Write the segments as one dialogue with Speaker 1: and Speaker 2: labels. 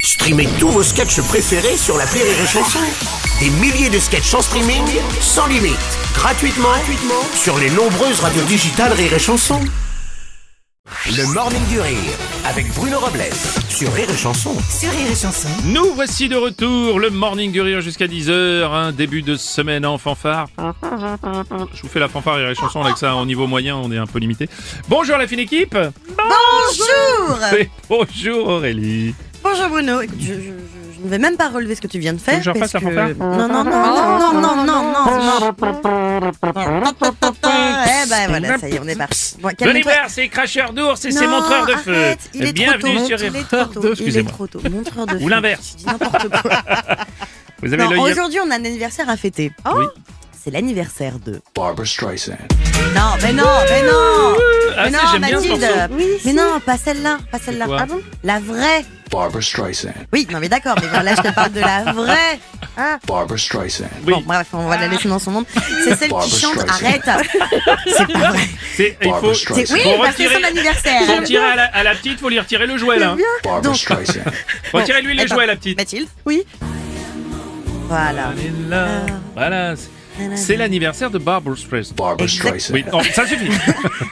Speaker 1: Streamez tous vos sketchs préférés sur la Rire et Chanson. Des milliers de sketchs en streaming, sans limite, gratuitement, gratuitement sur les nombreuses radios digitales Rire et Chanson. Le Morning du Rire avec Bruno Robles sur Rire et Chanson.
Speaker 2: sur Rire et Chanson.
Speaker 3: Nous voici de retour, le morning du rire jusqu'à 10h, un début de semaine en fanfare. Je vous fais la fanfare et la chanson avec ça, au niveau moyen, on est un peu limité. Bonjour la fine équipe
Speaker 4: Bah. Bonjour
Speaker 3: Et Bonjour Aurélie
Speaker 4: Bonjour Bruno Écoute, je, je- je- je ne vais même pas relever ce que tu viens de faire.
Speaker 3: Tu veux que je
Speaker 4: parce
Speaker 3: refasse la
Speaker 4: que- Non, non, non, non, non, non, non, non, non. Eh ben voilà, ça y est, on est parti. Bon, calme-toi.
Speaker 3: L'univers, c'est cracheur d'ours et c'est
Speaker 4: Non,
Speaker 3: montreur de feu
Speaker 4: arrête, il est
Speaker 3: Bienvenue
Speaker 4: trop tôt.
Speaker 3: sur
Speaker 4: Il est
Speaker 3: Erreur
Speaker 4: trop tôt,
Speaker 3: deux,
Speaker 4: Il est
Speaker 3: excusez-moi.
Speaker 4: trop tôt. Montreur de
Speaker 3: Ou
Speaker 4: feu.
Speaker 3: l'inverse.
Speaker 4: Je dis n'importe quoi.
Speaker 3: Vous avez
Speaker 4: Non,
Speaker 3: l'œil
Speaker 4: Aujourd'hui, on a un anniversaire à fêter.
Speaker 3: Oui.
Speaker 4: C'est l'anniversaire de.
Speaker 5: Barbara Streisand.
Speaker 4: Non, mais non, mais non
Speaker 3: Ah,
Speaker 4: Mais
Speaker 3: si,
Speaker 4: non,
Speaker 3: j'aime bien ce
Speaker 4: Mathilde
Speaker 3: morceau.
Speaker 4: Mais non, pas celle-là, pas celle-là.
Speaker 3: quoi
Speaker 4: Ah bon La vraie
Speaker 5: Barbara Streisand.
Speaker 4: Oui, non mais d'accord, mais là je te parle de la vraie hein
Speaker 5: Barbara Streisand.
Speaker 3: Oui,
Speaker 4: Bon, bref, on va la laisser dans son monde. C'est celle qui chante Arrête. C'est pas vrai.
Speaker 3: c'est, il faut,
Speaker 5: Barbara
Speaker 4: C'est-
Speaker 5: Streisand.
Speaker 4: Oui,
Speaker 3: Faut
Speaker 4: parce que c'est son
Speaker 3: retirer- faut
Speaker 4: anniversaire.
Speaker 3: tirer à la, à la petite, faut lui retirer le jouet là.
Speaker 5: Barbara
Speaker 4: Donc-
Speaker 5: Streisand.
Speaker 3: Retirez-lui les
Speaker 4: Attends.
Speaker 3: jouets la petite.
Speaker 4: Eh ben, Mathilde Oui. Voilà.
Speaker 3: Voilà, c'est- c'est l'anniversaire de Barbara Streisand.
Speaker 5: Barbara
Speaker 4: Exact-
Speaker 5: Streisand.
Speaker 3: Oui, non, ça suffit.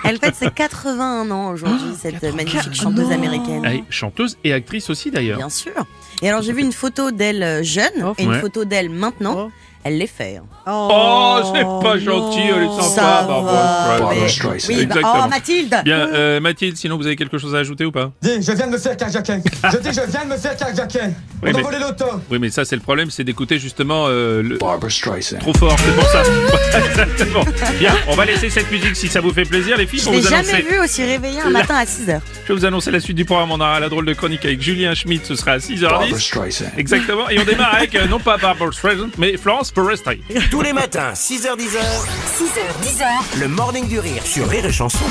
Speaker 4: Elle fête ses 81 ans aujourd'hui, cette magnifique chanteuse américaine.
Speaker 3: Elle est chanteuse et actrice aussi d'ailleurs.
Speaker 4: Hein Bien sûr. Et alors j'ai vu une photo d'elle euh, jeune et une
Speaker 3: Ouais.
Speaker 4: photo d'elle maintenant. Elle les fait. hein.
Speaker 3: Oh, c'est pas gentil, elle est sympa,
Speaker 4: Ça
Speaker 3: Barbara
Speaker 4: va,
Speaker 3: Streisand.
Speaker 4: mais-
Speaker 5: Streisand.
Speaker 4: Oui, bah-
Speaker 3: Exactement.
Speaker 4: oh Mathilde.
Speaker 3: Bien, euh, Mathilde, sinon vous avez quelque chose à ajouter ou pas
Speaker 6: Dis, je viens de me faire carjacker. Je dis, je viens de me faire carjacker. On
Speaker 3: Oui,
Speaker 6: a
Speaker 3: mais-
Speaker 6: volé l'auto.
Speaker 3: Oui, mais ça, c'est le problème, c'est d'écouter justement euh, le...
Speaker 5: Barbara Streisand.
Speaker 3: trop fort, c'est pour ça. Exactement. Bien, on va laisser cette musique si ça vous fait plaisir, les filles,
Speaker 4: Je
Speaker 3: pour
Speaker 4: l'ai
Speaker 3: vous
Speaker 4: jamais
Speaker 3: annoncer.
Speaker 4: vue aussi réveillée un matin à 6h.
Speaker 3: Je vais vous annoncer la suite du programme. On aura la drôle de chronique avec Julien Schmidt, ce sera à
Speaker 5: Barbara
Speaker 3: 6h10.
Speaker 5: Streisand.
Speaker 3: Exactement, et on démarre avec, euh, non pas Barbara Streisand, mais Florence Foresti.
Speaker 1: Tous les matins, 6h10,
Speaker 2: 6h, 10h,
Speaker 1: le Morning du Rire sur Rire et Chanson.